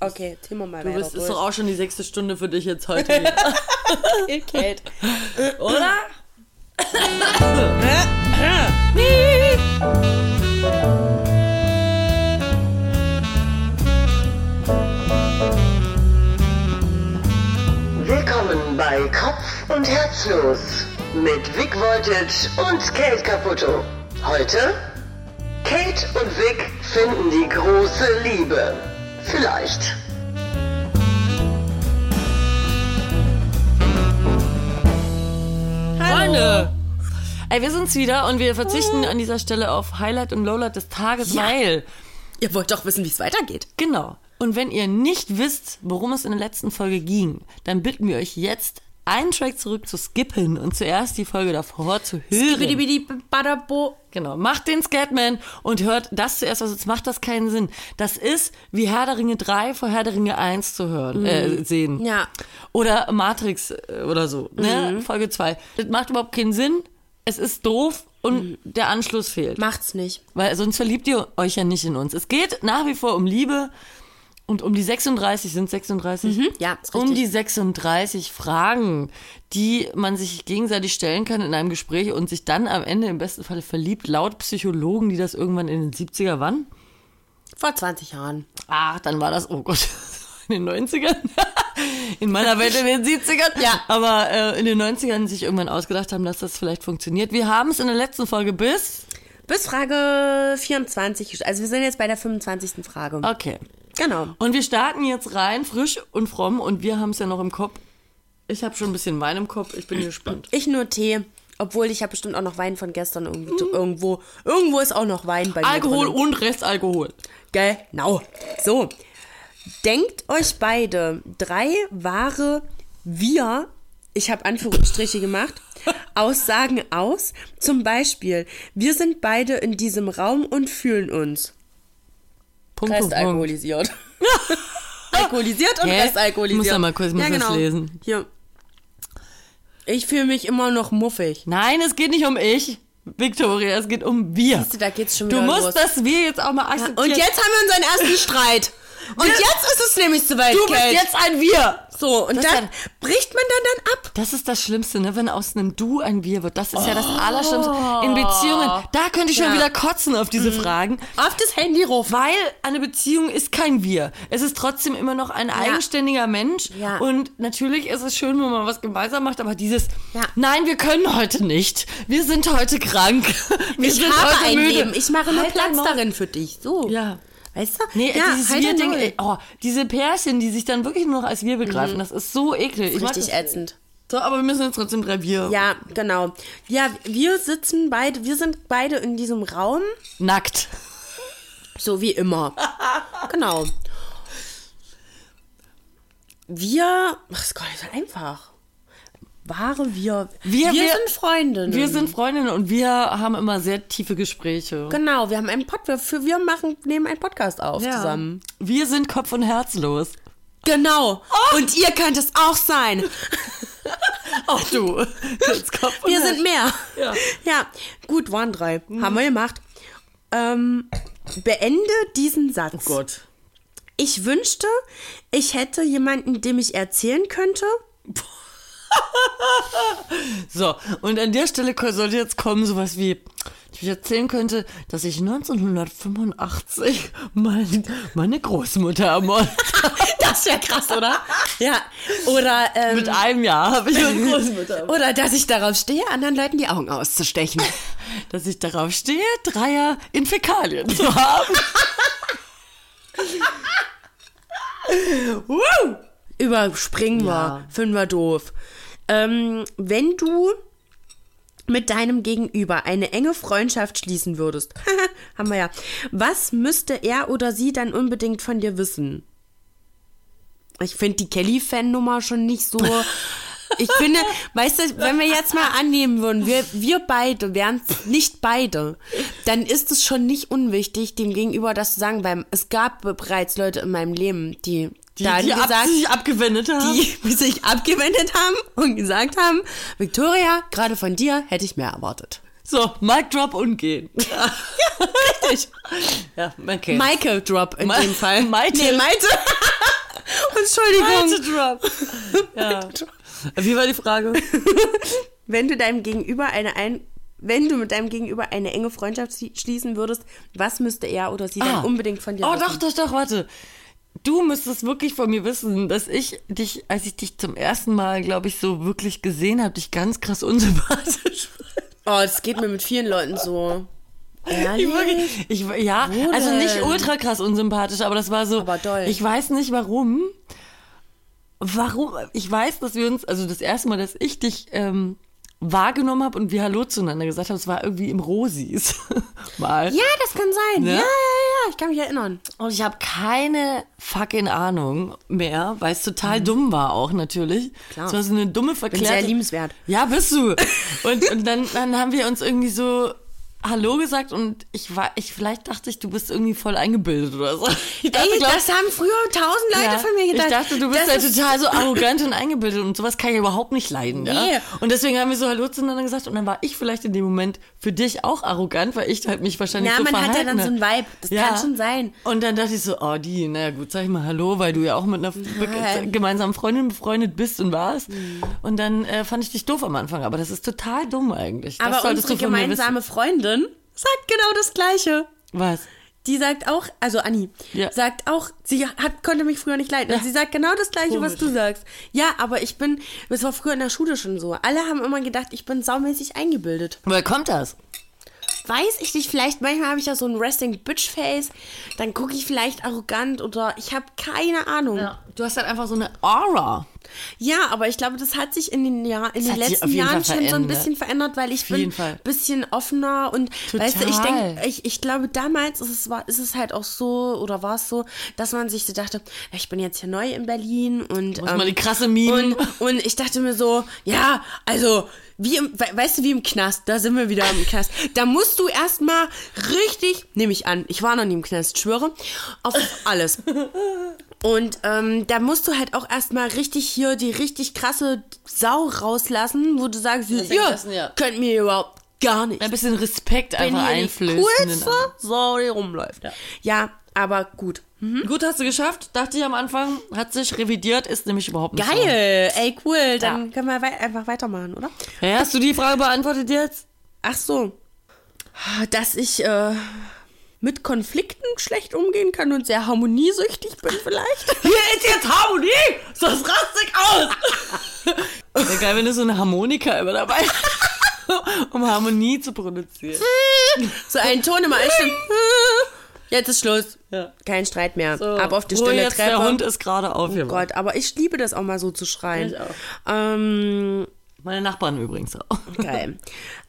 Okay, Timmermann. Du bist, ist durch. doch auch schon die sechste Stunde für dich jetzt heute hier. okay, Kate. Oder? Willkommen bei Kopf und Herzlos mit Vic Voltage und Kate Caputo. Heute Kate und Vic finden die große Liebe. Vielleicht. Freunde! Ey, wir sind's wieder und wir verzichten an dieser Stelle auf Highlight und Lowlight des Tages, weil. Ihr wollt doch wissen, wie es weitergeht. Genau. Und wenn ihr nicht wisst, worum es in der letzten Folge ging, dann bitten wir euch jetzt, einen Track zurück zu skippen und zuerst die Folge davor zu hören. Badabo. Genau, macht den Scatman und hört das zuerst, also jetzt macht das keinen Sinn. Das ist wie Herr der Ringe 3 vor Herr der Ringe 1 zu hören, äh, sehen. Ja. Oder Matrix äh, oder so, ne? Folge 2. Das macht überhaupt keinen Sinn, es ist doof und der Anschluss fehlt. Macht's nicht. Weil sonst verliebt ihr euch ja nicht in uns. Es geht nach wie vor um Liebe und um die 36, sind 36? Mhm. Ja, ist Um richtig. die 36 Fragen, die man sich gegenseitig stellen kann in einem Gespräch und sich dann am Ende im besten Fall verliebt, laut Psychologen, die das irgendwann in den 70er waren. Vor 20 Jahren. Ach, dann war das, oh Gott, in den 90ern. In meiner Welt in den 70ern. Ja. Aber äh, in den 90ern sich irgendwann ausgedacht haben, dass das vielleicht funktioniert. Wir haben es in der letzten Folge bis. Bis Frage 24. gest- Also wir sind jetzt bei der 25. Frage. Okay. Genau. Und wir starten jetzt rein, frisch und fromm. Und wir haben es ja noch im Kopf. Ich habe schon ein bisschen Wein im Kopf. Ich bin gespannt. Ich nur Tee. Obwohl, ich habe bestimmt auch noch Wein von gestern irgendwie irgendwo. Irgendwo ist auch noch Wein bei mir. Alkohol drin. und Restalkohol. Genau. So. Denkt euch beide drei wahre Wir, ich habe Anführungsstriche gemacht, Aussagen aus. Zum Beispiel, wir sind beide in diesem Raum und fühlen uns. Punkt, Rest Punkt, alkoholisiert. alkoholisiert und Hä? Rest alkoholisiert. Muss da mal kurz- muss das lesen. Hier. Ich fühle mich immer noch muffig. Nein, es geht nicht um ich, Victoria. Es geht um wir. Siehste, da geht's schon du wieder musst los. das wir jetzt auch mal akzeptieren. Und jetzt haben wir unseren ersten Streit. Und jetzt ist es nämlich soweit, Du bist Kate. jetzt ein Wir. so, und Das dann dann- bricht man dann, dann ab. Das ist das Schlimmste, ne? wenn aus einem Du ein Wir wird. Das ist ja das Allerschlimmste in Beziehungen. Da könnte ich schon Ja. wieder kotzen auf diese Fragen. Auf das Handy rufen. Weil eine Beziehung ist kein Wir. Es ist trotzdem immer noch ein eigenständiger Mensch. Ja. Und natürlich ist es schön, wenn man was gemeinsam macht, aber dieses Ja. Nein, wir können heute nicht. Wir sind heute krank. Wir Ich sind habe heute ein müde. Leben. Ich mache nur Halt dein Platz Maul. darin für dich. So. Ja. Weißt du? Nee, ja, dieses halt dein Wir-Ding, Maul. ey, oh, diese Pärchen, die sich dann wirklich nur noch als Wir begreifen, das ist so eklig. Ich mag Mhm. Oh, Richtig das. ätzend. So, aber wir müssen jetzt trotzdem drei Wir. Ja, genau. Ja, wir sitzen beide, wir sind beide in diesem Raum, Nackt. so wie immer. genau. Wir, ach, ist gar nicht so einfach. Wahre wir. Wir- wir- sind Freundinnen. Wir sind Freundinnen und wir haben immer sehr tiefe Gespräche. Genau, wir haben einen Pod, wir, für, wir machen, nehmen einen Podcast auf zusammen. Wir sind Kopf und Herzlos. Genau. Und ihr könnt es auch sein. Auch du. Jetzt Kopf und Wir sind mehr. Ja. ja. Mhm. Gut, waren drei. Haben wir gemacht. Ähm, beende diesen Satz. Oh Gott. Ich wünschte, ich hätte jemanden, dem ich erzählen könnte. So, und an der Stelle ko- sollte jetzt kommen sowas wie, ich euch erzählen könnte, dass ich 1985 mein, meine Großmutter ermordet Das wäre krass, oder? ja. Oder, ähm, Mit einem Jahr habe ich meine Großmutter ermordet. oder dass ich darauf stehe, anderen Leuten die Augen auszustechen. Dass ich darauf stehe, Dreier in Fäkalien zu haben. Wow. Überspringen wir. Ja. Finden wir doof. Ähm, wenn du mit deinem Gegenüber eine enge Freundschaft schließen würdest, haben wir ja, was müsste er oder sie dann unbedingt von dir wissen? Ich finde die Kelly-Fan-Nummer schon nicht so. Ich finde, weißt du, wenn wir jetzt mal annehmen würden, wir, wir beide wären nicht beide, dann ist es schon nicht unwichtig, dem Gegenüber das zu sagen, weil es gab bereits Leute in meinem Leben, die, Die, dann die gesagt, absichtlich abgewendet haben. die sich abgewendet haben und gesagt haben, Victoria, gerade von dir hätte ich mehr erwartet. So, Mic drop und gehen. Ja, richtig. Ja, okay. Michael Drop in Ma- dem Fall. Maite. Nee, Maite. Ähm, Entschuldigung. Drop. Ja. Wie war die Frage? Wenn du deinem Gegenüber eine ein wenn du mit deinem Gegenüber eine enge Freundschaft schli- schließen würdest, was müsste er oder sie dann unbedingt von dir Oh, wissen? doch, doch, doch, warte. Du müsstest wirklich von mir wissen, dass ich dich, als ich dich zum ersten Mal, glaube ich, so wirklich gesehen habe, dich ganz krass unsympathisch fand. Oh, das geht mir mit vielen Leuten so. Ich Ehrlich? wirklich, ich, ja, Wo also nicht denn? ultra krass unsympathisch, aber das war so. Aber doll. Ich weiß nicht warum. Warum? Ich weiß, dass wir uns, also das erste Mal, dass ich dich ähm, wahrgenommen habe und wir Hallo zueinander gesagt haben, es war irgendwie im Rosis. Mal. Ja, das kann sein. Ne? Ja, ja, ja, ich kann mich erinnern. Und ich habe keine fucking Ahnung mehr, weil es total dumm war auch natürlich. Klar. Es war so eine dumme verklärte. sehr liebenswert. Ja, bist du. Und, und dann, dann haben wir uns irgendwie so Hallo gesagt und ich war, ich vielleicht dachte ich, du bist irgendwie voll eingebildet oder so. Ich dachte, Ey, glaub- das haben früher tausend Leute ja, von mir gedacht. Ich dachte, du bist das ja ist- total so arrogant und eingebildet und sowas kann ich überhaupt nicht leiden. Nee. Ja? Und deswegen haben wir so Hallo zueinander gesagt und dann war ich vielleicht in dem Moment für dich auch arrogant, weil ich halt mich wahrscheinlich Na, so man hat ja verhalten dann so hab. ein Vibe. Das kann schon sein. Und dann dachte ich so, oh, die, naja gut, sag ich mal Hallo, weil du ja auch mit einer be- gemeinsamen Freundin befreundet bist und warst. Mhm. Und dann äh, fand ich dich doof am Anfang, aber das ist total dumm eigentlich. das Aber solltest unsere du von mir wissen. gemeinsame Freundin sagt genau das Gleiche. Was? Die sagt auch, also Anni, Ja. sagt auch, sie hat, konnte mich früher nicht leiden. Und sie sagt genau das Gleiche, was du sagst. Ja, aber ich bin, das war früher in der Schule schon so. Alle haben immer gedacht, ich bin saumäßig eingebildet. Woher kommt das? Weiß ich nicht, vielleicht, manchmal habe ich ja so ein Resting Bitch Face, dann gucke ich vielleicht arrogant oder ich habe keine Ahnung. Ja. Du hast halt einfach so eine Aura. aber ich glaube, das hat sich in den, Jahr, in den hat sich letzten auf jeden Jahren schon Fall so ein verändert. bisschen verändert, weil ich Auf bin jeden Fall. ein bisschen offener und weißt du, ich Total. denke, ich, ich glaube, damals ist es, war, ist es halt auch so oder war es so, dass man sich so dachte, ja, ich bin jetzt hier neu in Berlin und. Muss mal die krasse Mimen. Ähm, Und, und ich dachte mir so, ja, also, wie im, we- weißt du, wie im Knast, da sind wir wieder im Knast. Da musst du erstmal richtig, nehme ich an, ich war noch nie im Knast, schwöre, auf alles. Und ähm, da musst du halt auch erstmal richtig hier die richtig krasse Sau rauslassen, wo du sagst, ja, lassen, ja. könnt mir überhaupt gar nicht. Ein bisschen Respekt Bin einfach hier die einflößen. in coolste anderen. Sau, die rumläuft. Mhm. Ja, aber gut. Gut, hast du geschafft, dachte ich am Anfang. Hat sich revidiert, ist nämlich überhaupt nicht so. Geil, ey, cool. Dann können wir wei einfach weitermachen, oder? Ja, hast du die Frage beantwortet jetzt? Ach so. Dass ich äh, mit Konflikten schlecht umgehen kann und sehr harmoniesüchtig bin vielleicht. Hier ist jetzt Harmonie! Sonst raste ich aus! Wäre geil, wenn du so eine Harmonika immer dabei hast, um Harmonie zu produzieren. So einen Ton immer einstimmen. Jetzt ist Schluss. Ja. Kein Streit mehr. So, Aber auf die Ruhe Stille jetzt, Treppe. Oh Der Hund ist gerade aufgewacht. Gott, aber ich liebe das auch mal so zu schreien. Ich auch. Ähm, Meine Nachbarn übrigens auch. geil.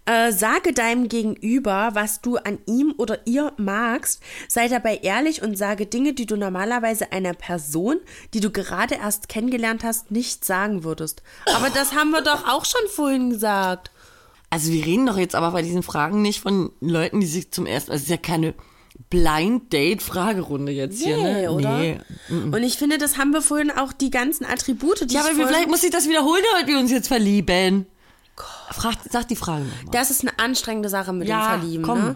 äh, sage deinem Gegenüber, was du an ihm oder ihr magst. Sei dabei ehrlich und sage Dinge, die du normalerweise einer Person, die du gerade erst kennengelernt hast, nicht sagen würdest. Aber das haben wir doch auch schon vorhin gesagt. Also wir reden doch jetzt aber bei diesen Fragen nicht von Leuten, die sich zum ersten... Also es ist ja keine Blind-Date-Fragerunde jetzt hier, Nee, ne? oder? Nee. Und ich finde, das haben wir vorhin auch die ganzen Attribute, die ich Ja, aber wir- vorhin- vielleicht muss ich das wiederholen, damit wir uns jetzt verlieben. Frag, sag die Frage nochmal. Das ist eine anstrengende Sache mit Ja, dem Verlieben, komm. ne?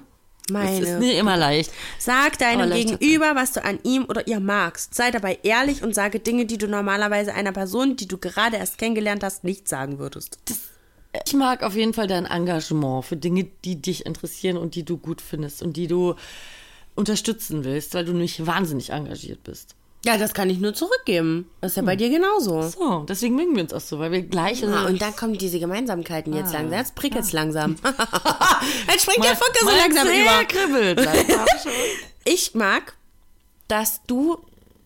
Meine. Es ist nicht immer leicht. Sag Aber deinem leicht Gegenüber, was du an ihm oder ihr magst. Sei dabei ehrlich und sage Dinge, die du normalerweise einer Person, die du gerade erst kennengelernt hast, nicht sagen würdest. Ich mag auf jeden Fall dein Engagement für Dinge, die dich interessieren und die du gut findest und die du unterstützen willst, weil du nämlich wahnsinnig engagiert bist. Ja, das kann ich nur zurückgeben. Das ist ja bei dir genauso. So, deswegen mögen wir uns auch so, weil wir gleich also sind. Ah, und dann kommen diese Gemeinsamkeiten jetzt langsam. Jetzt prickelt's langsam. jetzt springt der Mein- Funke so mein langsam Äh. Zeh über. kribbelt. langsam schon. Ich mag, dass du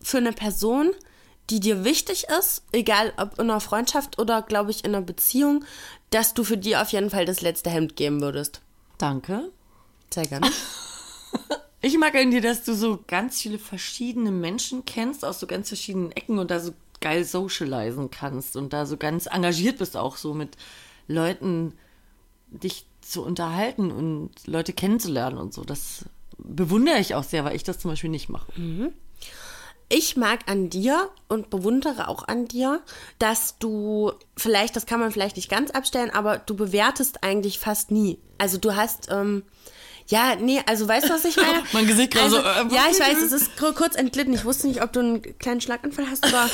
für eine Person, die dir wichtig ist, egal ob in einer Freundschaft oder, glaube ich, in einer Beziehung, dass du für die auf jeden Fall das letzte Hemd geben würdest. Danke. Sehr gerne. Ich mag an dir, dass du so ganz viele verschiedene Menschen kennst aus so ganz verschiedenen Ecken und da so geil socialisen kannst und da so ganz engagiert bist auch so mit Leuten dich zu unterhalten und Leute kennenzulernen und so. Das bewundere ich auch sehr, weil ich das zum Beispiel nicht mache. Ich mag an dir und bewundere auch an dir, dass du vielleicht, das kann man vielleicht nicht ganz abstellen, aber du bewertest eigentlich fast nie. Also du hast ähm, Ja, nee, also weißt du, was ich meine? Mein Gesicht gerade also, so, äh, Ja, ich weiß, es ist kur- kurz entglitten. Ich wusste nicht, ob du einen kleinen Schlaganfall hast oder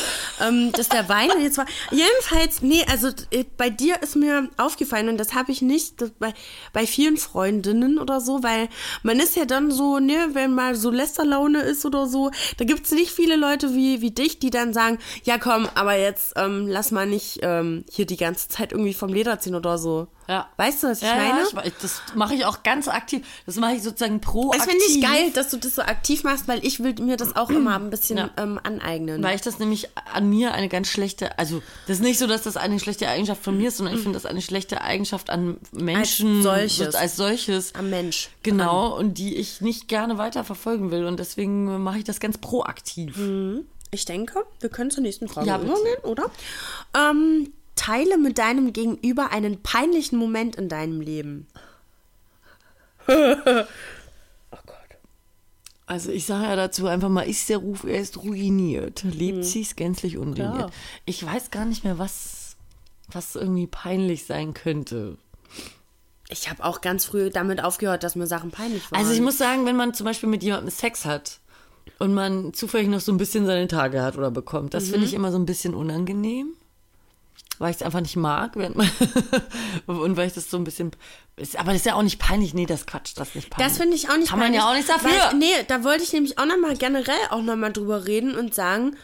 ähm, dass der Wein jetzt war. Jedenfalls, nee, also äh, bei dir ist mir aufgefallen und das habe ich nicht das bei, bei vielen Freundinnen oder so, weil man ist ja dann so, ne, wenn mal so Lästerlaune ist oder so, da gibt's nicht viele Leute wie, wie dich, die dann sagen, ja komm, aber jetzt ähm, lass mal nicht ähm, hier die ganze Zeit irgendwie vom Leder ziehen oder so. Ja. Weißt du, was ich ja, meine? Ja, ich, wei- das mache ich auch ganz aktiv. Das mache ich sozusagen Das proaktiv. finde ich geil, dass du das so aktiv machst, weil ich will mir das auch immer ein bisschen Mhm. Ja. ähm, aneignen. Weil ich das nämlich an mir eine ganz schlechte, also das ist nicht so, dass das eine schlechte Eigenschaft von mir ist, sondern ich finde das eine schlechte Eigenschaft an Menschen Als solches. so- als solches. Am Mensch. Genau, und die ich nicht gerne weiter verfolgen will. Und deswegen mache ich das ganz proaktiv. Ich denke, wir können zur nächsten Frage Ja, bitte. übergehen, oder? Ähm, teile mit deinem Gegenüber einen peinlichen Moment in deinem Leben. Also ich sage ja dazu einfach mal, ist der Ruf erst ruiniert, lebt Mhm. sie es gänzlich undiniert. Klar. Ich weiß gar nicht mehr, was, was irgendwie peinlich sein könnte. Ich habe auch ganz früh damit aufgehört, dass mir Sachen peinlich waren. Also ich muss sagen, wenn man zum Beispiel mit jemandem Sex hat und man zufällig noch so ein bisschen seine Tage hat oder bekommt, das Mhm. finde ich immer so ein bisschen unangenehm. Weil ich es einfach nicht mag, während man und weil ich das so ein bisschen. Ist, aber das ist ja auch nicht peinlich. Nee, das Quatsch, das ist nicht peinlich. Das finde ich auch nicht Kann man ja auch nichts dafür. Weil, nee, da wollte ich nämlich auch nochmal generell auch nochmal drüber reden und sagen,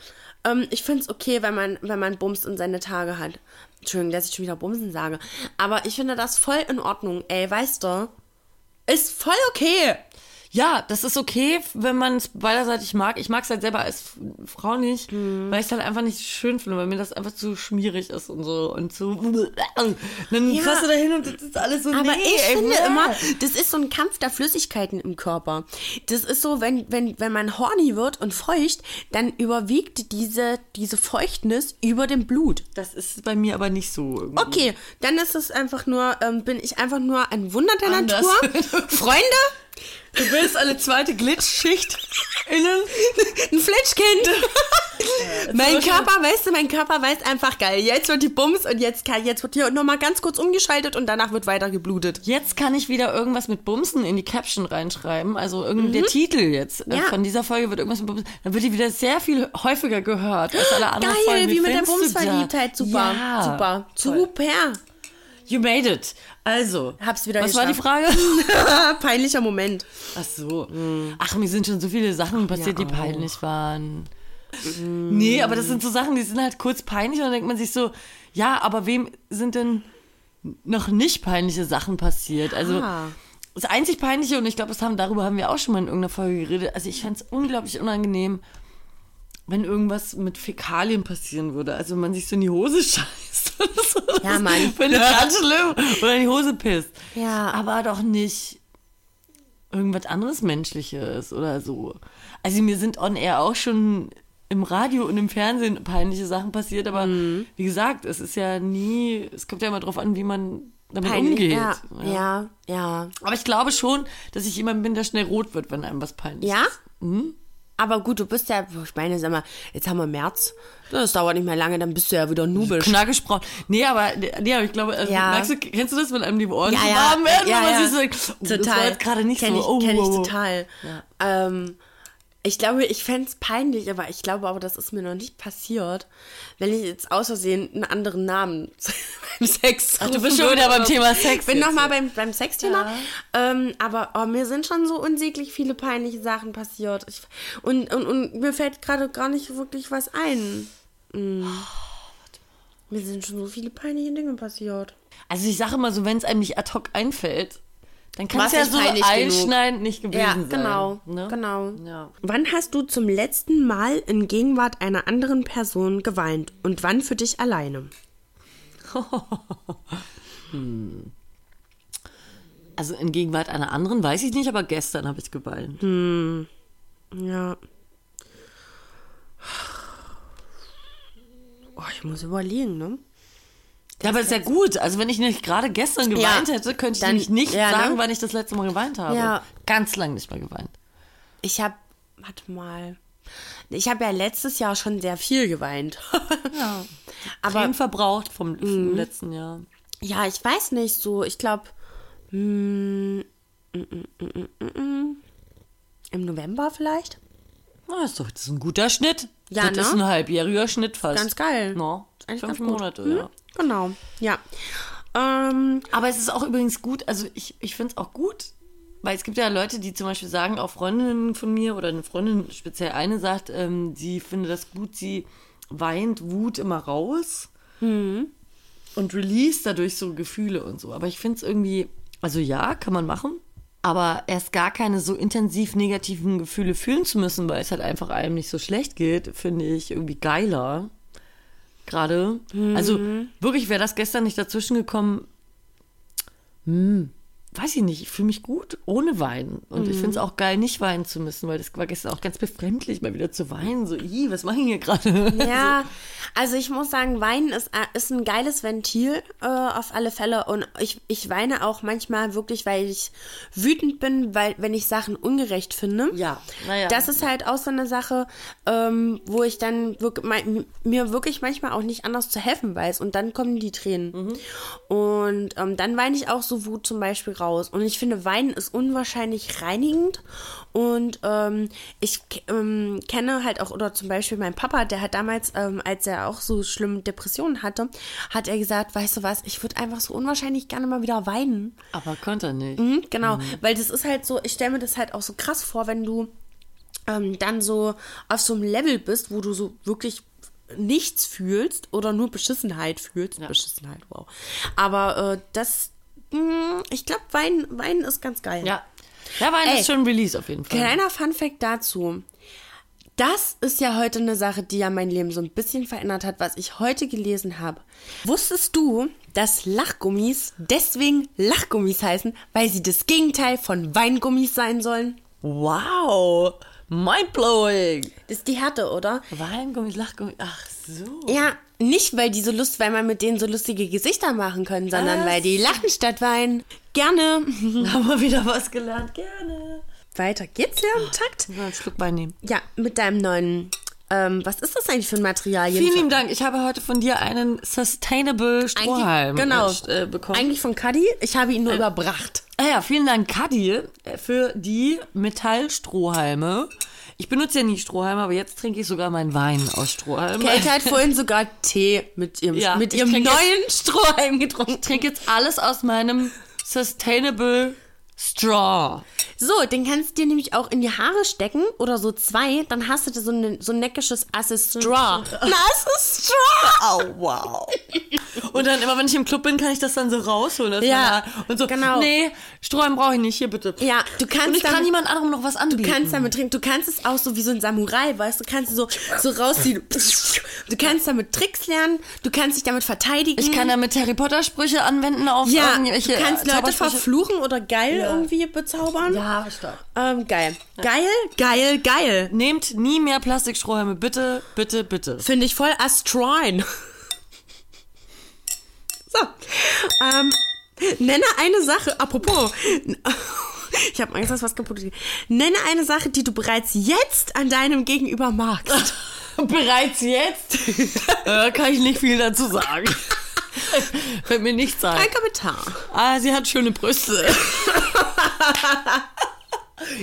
ähm, ich finde es okay, wenn man, wenn man Bums in seine Tage hat. Entschuldigung, dass ich schon wieder Bumsen sage. Aber ich finde das voll in Ordnung, ey, weißt du? Ist voll okay. Ja, das ist okay, wenn man es beiderseitig mag. Ich mag es halt selber als F- Frau nicht, Mhm. weil ich es halt einfach nicht schön finde, weil mir das einfach zu schmierig ist und so und so. Dann Ja. fährst du da hin und das ist alles so. Aber nee, ich ey, finde bäh. immer, das ist so ein Kampf der Flüssigkeiten im Körper. Das ist so, wenn, wenn, wenn man horny wird und feucht, dann überwiegt diese, diese Feuchtnis über dem Blut. Das ist bei mir aber nicht so. Irgendwie. Okay, dann ist es einfach nur, ähm, bin ich einfach nur ein Wunder der Anders. Natur. Freunde, Du bist eine zweite Glitschschicht innen. ein Flitschkind. mein Körper, weißt du, mein Körper weiß einfach geil. Jetzt wird die Bums und jetzt, kann, jetzt wird hier nochmal ganz kurz umgeschaltet und danach wird weiter geblutet. Jetzt kann ich wieder irgendwas mit Bumsen in die Caption reinschreiben. Also irgendein der Titel jetzt äh, Mhm. Ja. von dieser Folge wird irgendwas mit Bumsen. Dann wird die wieder sehr viel häufiger gehört als alle anderen Geil, Folgen. wie, mit der findest du das? Bumsverliebtheit. Super, Ja. super, Toll. super. You made it. Also, Hab's wieder was war die geschafft. Frage? Peinlicher Moment. Ach so. Mhm. Ach, mir sind schon so viele Sachen passiert, die peinlich waren. Mhm. Nee, aber das sind so Sachen, die sind halt kurz peinlich und dann denkt man sich so, ja, aber wem sind denn noch nicht peinliche Sachen passiert? Also Ja. das einzig peinliche und ich glaube, das haben darüber haben wir auch schon mal in irgendeiner Folge geredet. Also ich fand es unglaublich unangenehm, wenn irgendwas mit Fäkalien passieren würde. Also wenn man sich so in die Hose scheißt. oder so. Ja, Mann. Finde ich ganz schlimm. Oder in die Hose pisst. Ja. Aber doch nicht irgendwas anderes Menschliches oder so. Also mir sind on air auch schon im Radio und im Fernsehen peinliche Sachen passiert, aber Mhm. wie gesagt, es ist ja nie, es kommt ja immer drauf an, wie man damit umgeht. Ja, ja, ja. Aber ich glaube schon, dass ich jemand bin, der schnell rot wird, wenn einem was peinlich Ja? ist. Hm? Aber gut, du bist ja, ich meine, sag mal, jetzt haben wir März. Das dauert nicht mehr lange, dann bist du ja wieder nubisch. Knackig braun. Nee, aber, nee, aber ich glaube, also, Ja. merkst du, kennst du das, wenn einem die Ohren Ja, so ja. warm werden? Ja, wenn man ja. sich so denkt, oh, Das war jetzt gerade nicht kenn so. Ich, oh, kenn wow, ich wow. total. Ähm, ich glaube, ich fänd's peinlich, aber ich glaube aber, das ist mir noch nicht passiert, wenn ich jetzt aus Versehen einen anderen Namen beim Sex Ach, du rufen bist schon würde wieder beim oder Thema so. Sex bin jetzt. nochmal beim, beim Sexthema. Ähm, aber oh, mir sind schon so unsäglich viele peinliche Sachen passiert. Ich, und, und, und mir fällt gerade gar nicht wirklich was ein. Oh, Mm. Mir sind schon so viele peinliche Dinge passiert. Also ich sage immer so, wenn es einem nicht ad hoc einfällt, dann kann War's es ja nicht so peinlich genug. einschneidend nicht gewesen Ja, sein. genau, ne? genau. Ja. Wann hast du zum letzten Mal in Gegenwart einer anderen Person geweint und wann für dich alleine? Also in Gegenwart einer anderen weiß ich nicht, aber gestern habe ich geweint. Hm. Ja. Oh, ich muss überlegen, ne? Ja, aber ist ja gut. Also wenn ich nicht gerade gestern geweint Ja. hätte, könnte ich Dann- nämlich nicht ja, ne? sagen, wann ich das letzte Mal geweint habe. Ja. Ganz lang nicht mehr geweint. Ich hab, warte mal. Ich habe ja letztes Jahr schon sehr viel geweint. Ja. Aber Hm. Tränen verbraucht vom, vom letzten Jahr. ja, ich weiß nicht so. Ich glaube, mm, Im November vielleicht? Na, ist doch das ist ein guter Schnitt. Ja, das ne? ist ein halbjähriger Schnitt fast. Ganz geil. No, Ist fünf eigentlich ganz gut. Monate, Hm? ja. Genau, ja. Ähm, Aber es ist auch übrigens gut, also ich, ich finde es auch gut, weil es gibt ja Leute, die zum Beispiel sagen, auch Freundinnen von mir oder eine Freundin, speziell eine, sagt, ähm, sie findet das gut, sie weint Wut immer raus und release dadurch so Gefühle und so. Aber ich finde es irgendwie, also ja, kann man machen, aber erst gar keine so intensiv negativen Gefühle fühlen zu müssen, weil es halt einfach einem nicht so schlecht geht, finde ich irgendwie geiler. Gerade. Also wirklich wäre das gestern nicht dazwischen gekommen, weiß ich nicht, ich fühle mich gut ohne Weinen. Und ich finde es auch geil, nicht weinen zu müssen, weil das war gestern auch ganz befremdlich, mal wieder zu weinen. So, ih, was machen hier gerade? Ja, also ich muss sagen, Weinen ist, äh, ist ein geiles Ventil äh, auf alle Fälle. Und ich, ich weine auch manchmal wirklich, weil ich wütend bin, weil wenn ich Sachen ungerecht finde. Ja, naja. Das ist halt auch so eine Sache, ähm, wo ich dann wirk mein, mir wirklich manchmal auch nicht anders zu helfen weiß. Und dann kommen die Tränen. Und ähm, dann weine ich auch so Wut zum Beispiel raus. Und ich finde, Weinen ist unwahrscheinlich reinigend. Und ähm, ich k- ähm, kenne halt auch, oder zum Beispiel mein Papa, der hat damals, ähm, als er auch so schlimm Depressionen hatte, hat er gesagt, weißt du was, ich würde einfach so unwahrscheinlich gerne mal wieder weinen. Aber konnte er nicht. Mhm, genau, weil das ist halt so, ich stelle mir das halt auch so krass vor, wenn du ähm, dann so auf so einem Level bist, wo du so wirklich nichts fühlst oder nur Beschissenheit fühlst. Beschissenheit, wow. Aber äh, das, mh, ich glaube, Wein, Wein ist ganz geil. Ja. Ja, Weinen Ey. ist schon ein Release auf jeden Fall. Kleiner Funfact dazu. Das ist ja heute eine Sache, die ja mein Leben so ein bisschen verändert hat, was ich heute gelesen habe. Wusstest du, dass Lachgummis deswegen Lachgummis heißen, weil sie das Gegenteil von Weingummis sein sollen? Wow. Mindblowing. Das ist die Härte, oder? Weingummi, Lachgummi. Ach so. Ja, nicht weil die so lust, weil man mit denen so lustige Gesichter machen können, sondern weil die lachen statt weinen. Gerne. Haben wir wieder was gelernt. Gerne. Weiter geht's ja im Takt. Mal einen Schluck Wein nehmen. Ja, mit deinem neuen. Ähm, was ist das eigentlich für ein Material? Vielen lieben Dank. Ich habe heute von dir einen Sustainable Strohhalm genau. äh, bekommen. Eigentlich von Cuddy. Ich habe ihn nur überbracht. Ah ja, vielen Dank, Kadi, äh, für die Metallstrohhalme. Ich benutze ja nie Strohhalme, aber jetzt trinke ich sogar meinen Wein aus Strohhalmen. Kate hat vorhin sogar Tee mit ihrem, äh. Ja, mit ich ihrem neuen trinke Strohhalm getrunken. Ich trinke jetzt alles aus meinem Sustainable Straw. So, den kannst du dir nämlich auch in die Haare stecken oder so zwei. Dann hast du da so, ne, so ein neckisches Assist-Straw. Ein Assist-Straw! Oh, wow. Und dann immer, wenn ich im Club bin, kann ich das dann so rausholen. aus Ja, meiner- Und so, genau. nee, Strohhalm brauche ich nicht, hier bitte. Ja, du kannst Und ich kann damit- jemand anderem noch was anbieten. Du kannst damit trinken. Du kannst es auch so wie so ein Samurai, weißt du? Kannst du so, so rausziehen. Du kannst damit Tricks lernen. Du kannst dich damit verteidigen. ich kann damit Harry Potter Sprüche anwenden auf ja, irgendwelche äh, du kannst Leute Zaubersprüche. verfluchen oder geil irgendwie bezaubern. Ja, stark. Ähm, geil. Geil, geil, geil. Nehmt nie mehr Plastikstrohhalme, bitte, bitte, bitte. Finde ich voll astroin. so. Ähm, nenne eine Sache, apropos. Ich habe Angst, dass was kaputt geht. Nenne eine Sache, die du bereits jetzt an deinem Gegenüber magst. Bereits jetzt? äh, kann ich nicht viel dazu sagen. Fällt mir nichts ein. Ein Kommentar. Ah, sie hat schöne Brüste.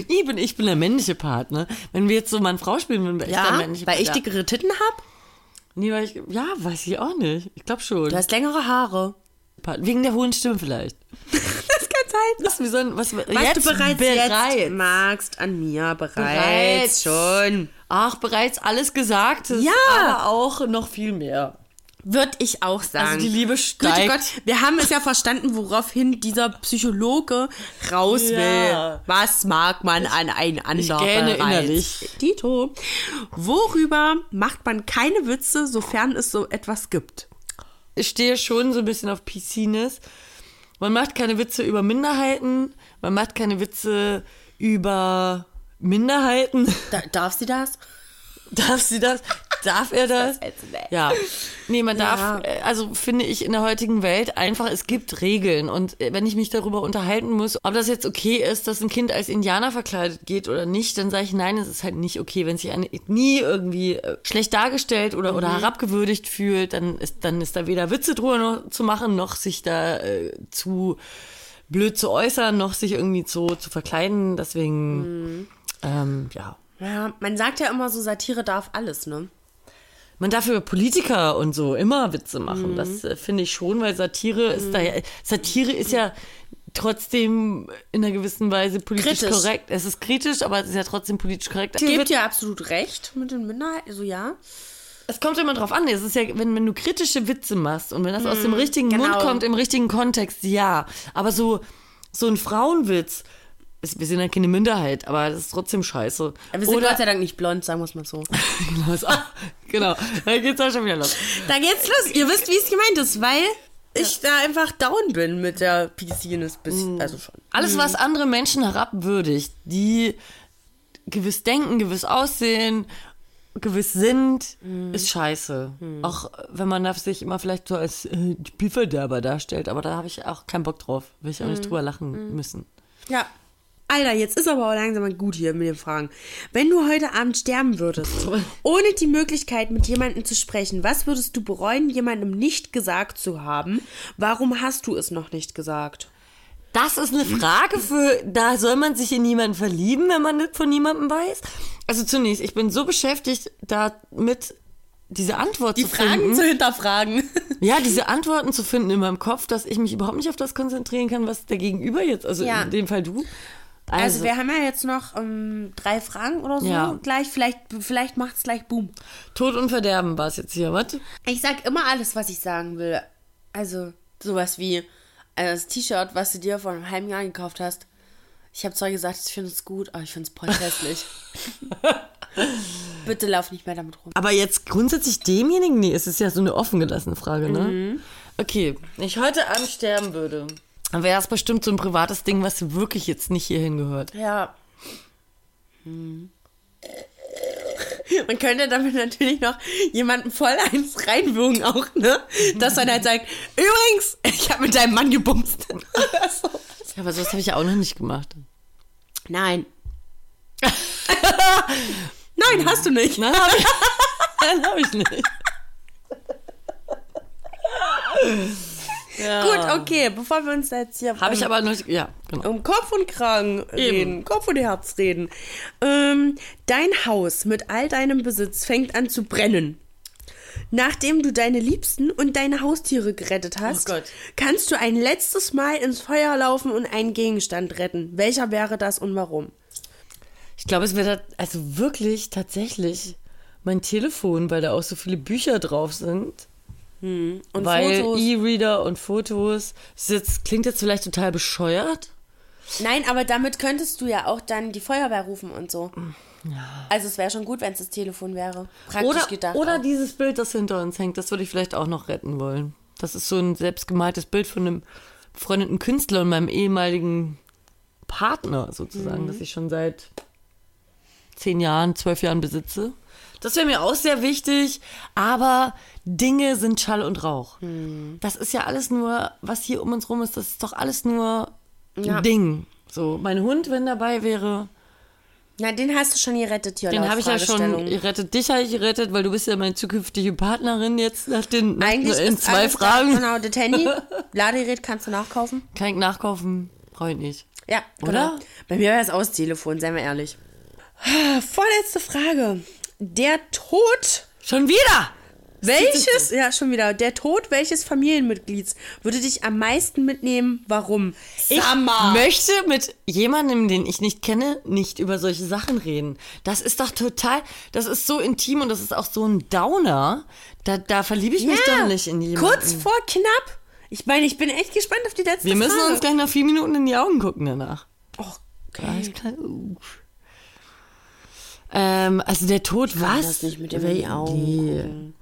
ich, bin, ich bin der männliche Part, ne? Wenn wir jetzt so Mann-Frau spielen, würden wir echt der Ja, männliche weil ich Part. dickere Titten hab. Nee, weil ich, ja, weiß ich auch nicht. Ich glaube schon. Du hast längere Haare. Part. Wegen der hohen Stimme vielleicht. Das kann sein. Was, wir sollen, was, Was jetzt du bereits, jetzt bereits. magst an mir. bereits Bereits. schon. Ach, bereits alles gesagt. Ja. Aber auch noch viel mehr. Würde ich auch sagen. Ah. Also die Liebe steigt. Güte Gott, wir haben es ja verstanden, woraufhin dieser Psychologe raus will. Ja. Was mag man an einem anderen gähne bereits? innerlich. Dito, worüber macht man keine Witze, sofern es so etwas gibt? ich stehe schon so ein bisschen auf PC-Ness. Man macht keine Witze über Minderheiten, man macht keine Witze über Minderheiten. darf sie das? Darf sie das? Darf er das? Das weiß ich Ja. Nee, man Ja. darf, äh, also finde ich in der heutigen Welt einfach, es gibt Regeln. Und äh, wenn ich mich darüber unterhalten muss, ob das jetzt okay ist, dass ein Kind als Indianer verkleidet geht oder nicht, dann sage ich, nein, es ist halt nicht okay. Wenn sich eine Ethnie irgendwie äh, schlecht dargestellt oder, oder herabgewürdigt fühlt, dann ist, dann ist da weder Witze drüber noch zu machen, noch sich da äh, zu blöd zu äußern, noch sich irgendwie so zu verkleiden. Deswegen, Mhm. ähm, ja. Ja, man sagt ja immer so, Satire darf alles, ne? Man darf über Politiker und so immer Witze machen. Das Mhm. äh, finde ich schon, weil Satire ist da ja, Satire ist ja trotzdem in einer gewissen Weise politisch Kritisch. korrekt. Es ist kritisch, aber es ist ja trotzdem politisch korrekt. Gebt ihr absolut recht mit den Minderheiten, so ja. Es kommt immer drauf an. Es ist ja, wenn, wenn du kritische Witze machst und wenn das aus dem richtigen Mund genau. kommt, im richtigen Kontext, ja. Aber so, so ein Frauenwitz, ist, wir sind ja keine Minderheit, aber das ist trotzdem scheiße. Aber Wir sind Gott sei Dank nicht blond, sagen wir es mal so. genau, ist auch- genau, da geht's auch schon wieder los. Da geht's los. Ihr wisst, wie es gemeint ist, weil ich da einfach down bin mit der Piscines bis. Also schon. Alles, was andere Menschen herabwürdigt, die gewiss denken, gewiss aussehen, gewiss sind, ist scheiße. Auch wenn man das sich immer vielleicht so als äh, Spielverderber darstellt, aber da habe ich auch keinen Bock drauf. Will ich auch nicht drüber lachen müssen. Ja. Alter, jetzt ist aber auch langsam mal gut hier mit den Fragen. Wenn du heute Abend sterben würdest, ohne die Möglichkeit, mit jemandem zu sprechen, was würdest du bereuen, jemandem nicht gesagt zu haben? Warum hast du es noch nicht gesagt? Das ist eine Frage für, da soll man sich in niemanden verlieben, wenn man nicht von niemandem weiß? Also zunächst, ich bin so beschäftigt damit, diese Antwort zu finden. zu hinterfragen. Ja, diese Antworten zu finden in meinem Kopf, dass ich mich überhaupt nicht auf das konzentrieren kann, was der Gegenüber jetzt, also Ja. in dem Fall du. Also, wir haben ja jetzt noch ähm, drei Fragen oder so Ja. gleich. Vielleicht, vielleicht macht's gleich Boom. Tod und Verderben war es jetzt hier, was? Ich sag immer alles, was ich sagen will. Also, sowas wie äh, das T-Shirt, was du dir vor einem halben Jahr gekauft hast. Ich habe zwar gesagt, ich finde es gut, aber ich finde es voll hässlich. Bitte lauf nicht mehr damit rum. Aber jetzt grundsätzlich demjenigen, nee, es ist ja so eine offen gelassene Frage, ne? Okay, wenn ich heute Abend sterben würde, dann wäre das bestimmt so ein privates Ding, was wirklich jetzt nicht hierhin gehört. Ja. Hm. Man könnte damit natürlich noch jemanden voll eins reinwürgen auch, ne? Dass dann halt sagt, übrigens, ich habe mit deinem Mann gebumst. Oder so. Ja, aber sowas habe ich ja auch noch nicht gemacht. Nein. Nein, hast du nicht. Nein, habe ich, Nein, hab ich nicht. Gut, okay, bevor wir uns da jetzt hier Habe ich aber noch nicht, ja, genau. um Kopf und Kragen reden, Kopf und Herz reden. Ähm, dein Haus mit all deinem Besitz fängt an zu brennen. Nachdem du deine Liebsten und deine Haustiere gerettet hast, Oh Gott. kannst du ein letztes Mal ins Feuer laufen und einen Gegenstand retten. Welcher wäre das und warum? Ich glaube, es wäre tat- also wirklich tatsächlich mein Telefon, weil da auch so viele Bücher drauf sind. Und weil Fotos. E-Reader und Fotos. Das ist jetzt, klingt jetzt vielleicht total bescheuert. Nein, aber damit könntest du ja auch dann die Feuerwehr rufen und so. Mm, Also es wäre schon gut, wenn es das Telefon wäre. Praktisch Oder, gedacht. oder auch. dieses Bild, das hinter uns hängt, das würde ich vielleicht auch noch retten wollen. Das ist so ein selbstgemaltes Bild von einem befreundeten Künstler und meinem ehemaligen Partner sozusagen, Mhm. das ich schon seit zehn Jahren, zwölf Jahren besitze. Das wäre mir auch sehr wichtig, aber Dinge sind Schall und Rauch. Mhm. Das ist ja alles nur, was hier um uns rum ist, das ist doch alles nur ein Ding. So, mein Hund, wenn dabei wäre, Na, den hast du schon gerettet hier. den laut habe ich ja schon Genau, Fragestellung. gerettet. Dich habe ich gerettet, weil du bist ja meine zukünftige Partnerin jetzt nach den nach, Eigentlich in ist zwei alles Fragen. Da, genau, das Handy, Ladegerät kannst du nachkaufen. Kann ich nachkaufen? Brauche ich nicht. Ja, Oder? genau. Bei mir wäre es aus Telefon, seien wir ehrlich. Vorletzte Frage. Der Tod Schon wieder! welches, ja schon wieder, der Tod welches Familienmitglieds würde dich am meisten mitnehmen? Warum? Ich Summer. möchte mit jemandem, den ich nicht kenne, nicht über solche Sachen reden. Das ist doch total, das ist so intim und das ist auch so ein Downer. Da, da verliebe ich mich doch nicht in jemanden. Ah, Kurz vor knapp. Ich meine, ich bin echt gespannt auf die letzte Wir müssen Frage. Oh, uns gleich nach vier Minuten in die Augen gucken danach. Och, Alles klar. Ähm, also der Tod, was? das nicht mit dem in Wel- die Augen Nee.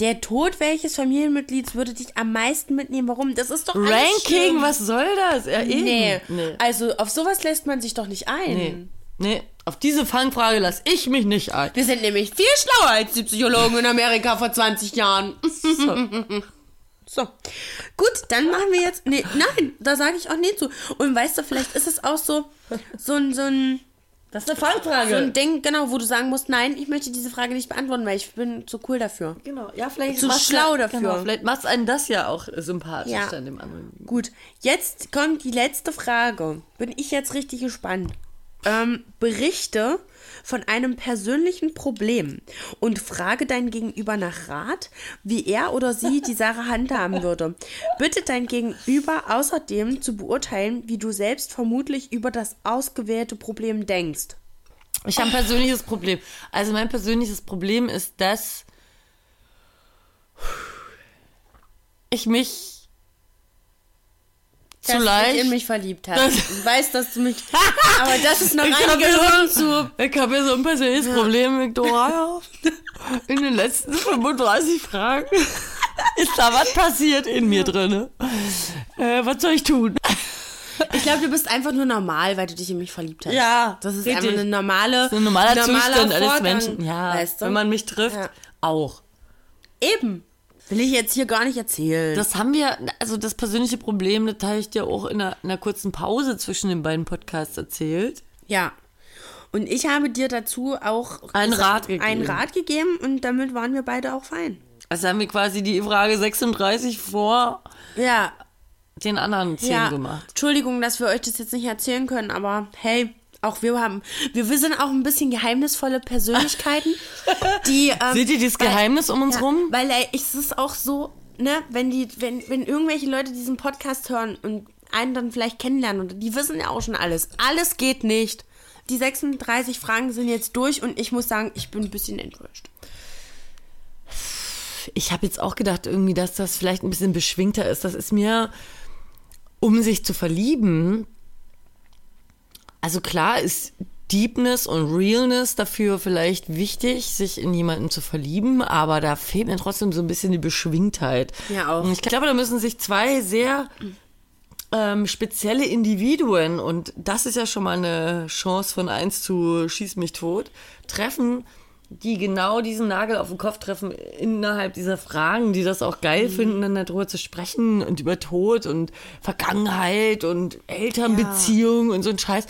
Der Tod welches Familienmitglieds würde dich am meisten mitnehmen? Warum? Das ist doch alles Ranking, schlimm. was soll das? Ja, eben. Nee. Ähm. Nee. Also auf sowas lässt man sich doch nicht ein. nee. Nee, auf diese Fangfrage lasse ich mich nicht ein. Wir sind nämlich viel schlauer als die Psychologen in Amerika vor 20 Jahren. So. Gut, dann machen wir jetzt. Nee, nein, da sage ich auch nee zu. Und weißt du, vielleicht ist es auch so, so ein, so ein Das ist eine Fangfrage. So ein Ding, genau, wo du sagen musst, nein, ich möchte diese Frage nicht beantworten, weil ich bin zu cool dafür. Genau, ja, vielleicht Zu macht's schlau ja, dafür. Genau, vielleicht macht einen das ja auch sympathisch Ja. an dem anderen. Gut, jetzt kommt die letzte Frage. Bin ich jetzt richtig gespannt. Ähm, berichte von einem persönlichen Problem und frage dein Gegenüber nach Rat, wie er oder sie die Sache handhaben würde. Bitte dein Gegenüber außerdem zu beurteilen, wie du selbst vermutlich über das ausgewählte Problem denkst. Ich habe ein persönliches Problem. Also mein persönliches Problem ist, dass ich mich dass zu du dich leicht in mich verliebt hast. Ich weiß, dass du mich. Aber das ist noch Ich hab eine ja Gehirn so- zu. Ich habe ja so ein persönliches Problem, Victoria. In den letzten 35 Fragen ist da was passiert in mir drin. Äh, was soll ich tun? Ich glaube, du bist einfach nur normal, weil du dich in mich verliebt hast. Ja, Das ist richtig. einfach eine normale. So ein normaler, normaler Zustand eines Vorgang, Menschen. Ja, Weißt du? wenn man mich trifft, Ja. auch. Eben. Will ich jetzt hier gar nicht erzählen. Das haben wir, also das persönliche Problem, das habe ich dir auch in einer, in einer kurzen Pause zwischen den beiden Podcasts erzählt. ja. Und ich habe dir dazu auch Einen gesagt- Rat gegeben. einen Rat gegeben und damit waren wir beide auch fein. Also haben wir quasi die Frage 36 vor Ja. den anderen 10 ja. gemacht. Entschuldigung, dass wir euch das jetzt nicht erzählen können, aber hey, auch wir haben, wir, wir sind auch ein bisschen geheimnisvolle Persönlichkeiten, die. Ähm, Seht ihr dieses weil- Geheimnis um uns Ja, rum? Weil ey, es ist auch so, ne, wenn die, wenn, wenn irgendwelche Leute diesen Podcast hören und einen dann vielleicht kennenlernen und die wissen ja auch schon alles. Alles geht nicht. Die 36 Fragen sind jetzt durch und ich muss sagen, ich bin ein bisschen enttäuscht. Ich habe jetzt auch gedacht, irgendwie, dass das vielleicht ein bisschen beschwingter ist. Das ist mir, um sich zu verlieben. Also klar ist Deepness und Realness dafür vielleicht wichtig, sich in jemanden zu verlieben, aber da fehlt mir trotzdem so ein bisschen die Beschwingtheit. Ja, auch. Und ich glaube, da müssen sich zwei sehr ähm, spezielle Individuen, und das ist ja schon mal eine Chance von eins zu Schieß mich tot, treffen, die genau diesen Nagel auf den Kopf treffen innerhalb dieser Fragen, die das auch geil finden, dann darüber zu sprechen und über Tod und Vergangenheit und Elternbeziehung und so ein Scheiß.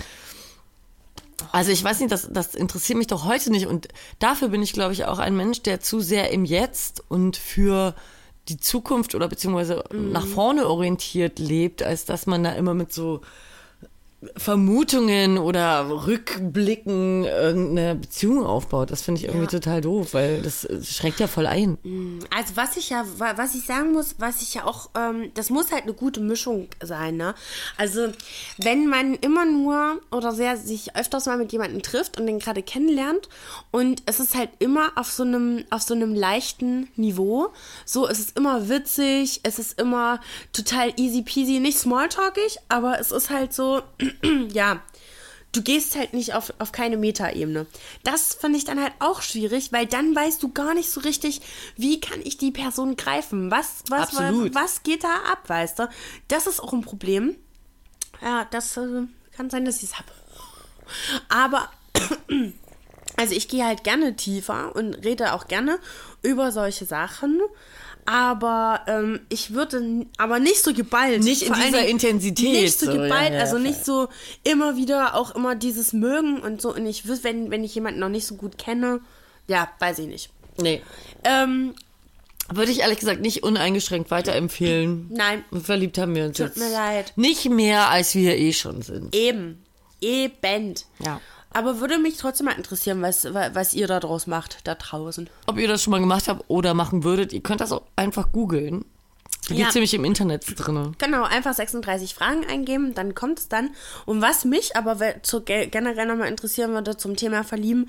Also ich weiß nicht, das, das interessiert mich doch heute nicht. Und dafür bin ich, glaube ich, auch ein Mensch, der zu sehr im Jetzt und für die Zukunft oder beziehungsweise Mhm. nach vorne orientiert lebt, als dass man da immer mit so Vermutungen oder Rückblicken irgendeine Beziehung aufbaut. Das finde ich irgendwie total doof, weil das äh, schränkt ja voll ein. Also was ich ja, wa- was ich sagen muss, was ich ja auch, ähm, das muss halt eine gute Mischung sein, ne? Also wenn man immer nur oder sehr sich öfters mal mit jemandem trifft und den gerade kennenlernt und es ist halt immer auf so einem, auf so einem leichten Niveau, so es ist immer witzig, es ist immer total easy peasy, nicht smalltalkig, aber es ist halt so, ja, du gehst halt nicht auf, auf keine Metaebene. Das finde ich dann halt auch schwierig, weil dann weißt du gar nicht so richtig, wie kann ich die Person greifen? Was, was, was, Absolut. was geht da ab, weißt du? Das ist auch ein Problem. Ja, das äh, kann sein, dass ich es habe. Aber also ich gehe halt gerne tiefer und rede auch gerne über solche Sachen. Aber ähm, ich würde n- aber nicht so geballt. Nicht in Vor allen dieser Dingen Intensität, Nicht so so, geballt, ja, ja, also nicht so immer wieder auch immer dieses Mögen und so. Und ich wüsste, wenn, wenn ich jemanden noch nicht so gut kenne, ja, weiß ich nicht. Nee. Ähm, Würde ich ehrlich gesagt nicht uneingeschränkt weiterempfehlen. Nein. Verliebt haben wir uns Tut jetzt. mir leid. Nicht mehr, als wir eh schon sind. eben. Eben. Ja. Aber würde mich trotzdem mal interessieren, was, wa- was ihr da draus macht, da draußen. Ob ihr das schon mal gemacht habt oder machen würdet, ihr könnt das auch einfach googeln. Da Ja. gibt's nämlich im Internet drin. Genau, einfach 36 Fragen eingeben, dann kommt es dann. Und was mich aber we- zu, ge- generell nochmal interessieren würde zum Thema Verlieben,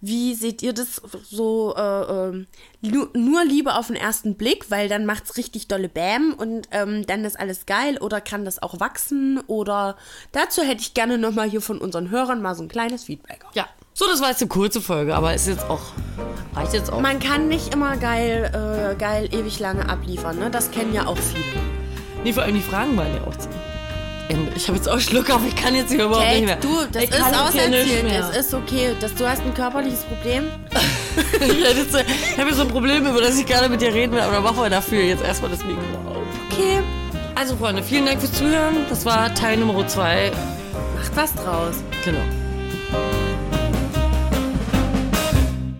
wie seht ihr das so, äh, ähm, nu- nur Liebe auf den ersten Blick, weil dann macht es richtig dolle Bäm und ähm, dann ist alles geil oder kann das auch wachsen oder dazu hätte ich gerne nochmal hier von unseren Hörern mal so ein kleines Feedback. Ja. So, das war jetzt eine kurze Folge, aber ist jetzt auch. Reicht jetzt auch. Man kann nicht immer geil, äh, geil ewig lange abliefern, ne? Das kennen ja auch viele. Nee, vor allem die Fragen waren ja auch zu Ende. Ich habe jetzt auch Schluck auf, ich kann jetzt hier überhaupt nicht mehr. Kate, du, das ich ist kann jetzt hier nicht auserzählt. mehr. Es ist okay. Das, du hast ein körperliches Problem. ich hätte jetzt- ich habe jetzt so ein Problem, über das ich gerne mit dir reden will, aber dann machen wir dafür jetzt erstmal das Mikro auf. Okay, Also, Freunde, vielen Dank fürs Zuhören. Das war Teil Nummer 2. macht was draus. Genau.